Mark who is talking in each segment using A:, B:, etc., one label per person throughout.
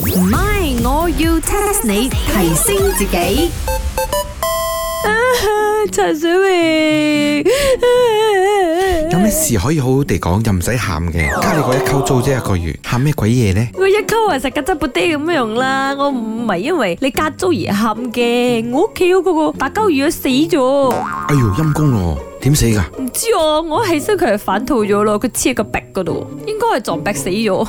A: 唔係，我要 test 你提升自己。
B: 陳小明，
C: 有咩事可以好好地講，又唔使喊嘅。加你個一溝租啫，一個月喊咩鬼嘢呢？
B: 我一溝啊食曱甴布丁咁樣啦，我唔係因為你隔租而喊嘅，我屋企嗰個白鳩魚死咗。
C: 哎呦，陰公咯，點死噶？
B: 唔知我，我起身佢係反肚咗咯，佢黐喺個壁嗰度，應該係撞壁死咗。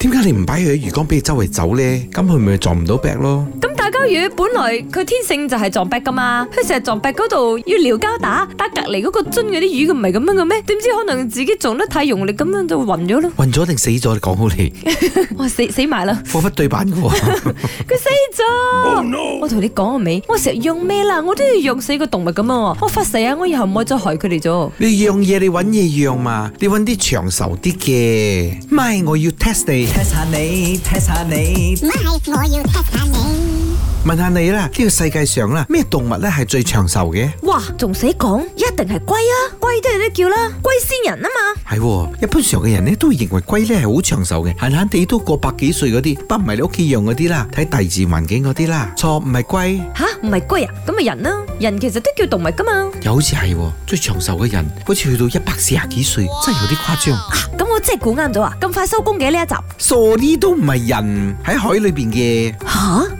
C: 點解你唔擺佢喺魚缸俾佢周圍走呢？咁佢咪撞唔到壁咯？
B: 咁大鳩魚本來佢天性就係撞壁噶嘛，佢成日撞壁嗰度要撩交打，打隔離嗰個樽嗰啲魚，佢唔係咁樣嘅咩？點知可能自己撞得太用力，咁樣就暈咗咯。
C: 暈咗定死咗？你講好你，
B: 哇死死埋啦！
C: 貨不對版嘅喎。
B: 佢死咗。我同你講啊，未？我成日養咩啦？我都要養死個動物咁啊！我發誓啊，我以後唔可以再害佢哋咗。
C: 你養嘢你揾嘢養嘛，你揾啲長壽啲嘅。咪我要 test 你，
D: test 下你，test 下你
E: 咪我要 test 下你，
C: 問下你啦，呢個世界上啦，咩動物咧係最長壽嘅？
B: 哇，仲使講？一定係龜啊！龜都有得叫啦，龜仙人啊嘛。
C: 係喎，一般上嘅人咧都會認為龜咧係好長壽嘅，閒閒地都過百幾歲嗰啲，不唔係你屋企養嗰啲啦，睇大自然環境嗰啲啦。錯，唔係龜，
B: 吓，唔係龜啊？咁咪人啦、人其實都叫動物噶嘛。
C: 又好似係喎，最長壽嘅人，好似去到一百四十幾歲，真係有啲誇張。
B: 啊，咁我真係估啱咗啊！咁快收工嘅呢一集。
C: 傻啲都唔係人喺海裏邊嘅，
B: 吓，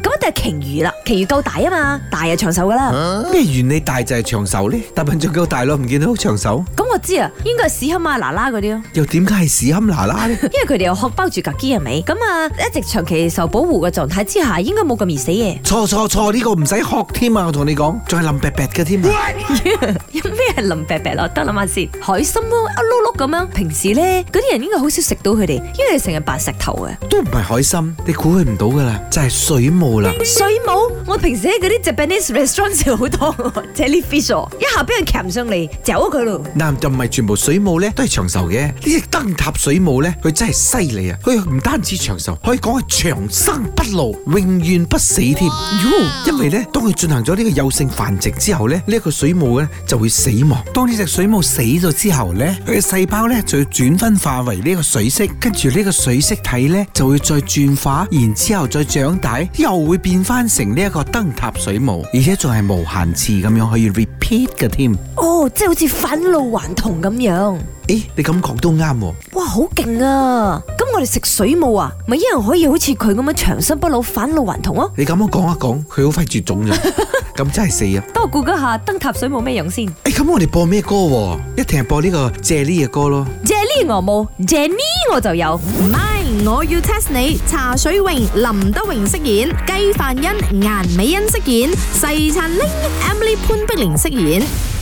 B: 咁一定係鯨魚啦，鯨魚夠大啊嘛，大就長壽噶啦。
C: 咩原理大就係長壽呢？大笨象夠大咯，唔見到好長壽，
B: 咁我知啊，應該係屎坑啊、嗱嗱嗰啲咯。
C: 又點解係屎冚嗱嗱呢？
B: 因為佢哋有殼包住格基係咪？咁啊，一直長期受保護嘅狀態之下，應該冇咁易死嘅。
C: 錯錯錯！呢、個唔使學添啊，我同你講，仲係冧白白嘅添啊。
B: 有咩係林白白咯？得諗下先，海參咯，一碌碌咁樣。平時咧，嗰啲人應該好少食到佢哋，因為成日白石頭嘅。
C: 都唔係海參，你估佢唔到噶啦，就係、水母啦。
B: 水母，我平時喺嗰啲 Japanese restaurant 食好多喎 jellyfish，喎一下俾人鉗上嚟，走咗佢咯。
C: 嗱，就唔係全部水母咧都係長壽嘅，呢只燈塔水母咧，佢真係犀利啊！佢唔單止長壽，可以講係長生不老，永遠不死添。因為咧，當佢進行咗呢個有性繁殖之後咧，呢、一個水母咧就會死亡。當呢只水母死咗之後咧，佢嘅細胞咧就要轉分化為呢個水色，跟住呢個水色體咧就會再轉化，然之後再長大，又會變翻成呢一個燈塔水母，而且仲係無限次咁樣可以 repeat 嘅添。
B: 哦，即係好似返老還童咁樣。
C: 誒，你咁講都啱喎。
B: 哇，好勁啊！咁我哋食水母啊，咪一樣可以好似佢咁樣長生不老、返老還童咯。
C: 你咁樣講一講，佢好快絕種咗，咁真係死啊！
B: 等我估嗰下燈塔水母咩樣先
C: 誒，咁我哋播咩歌喎？一定係播呢個借呢嘅歌咯。
B: ？Jelly 我冇，Jenny 我就有。
A: 唔係，我要 test 你。茶水榮、林德榮飾演，雞范欣、顏美欣飾演，細陳玲、Emily 潘碧玲飾演。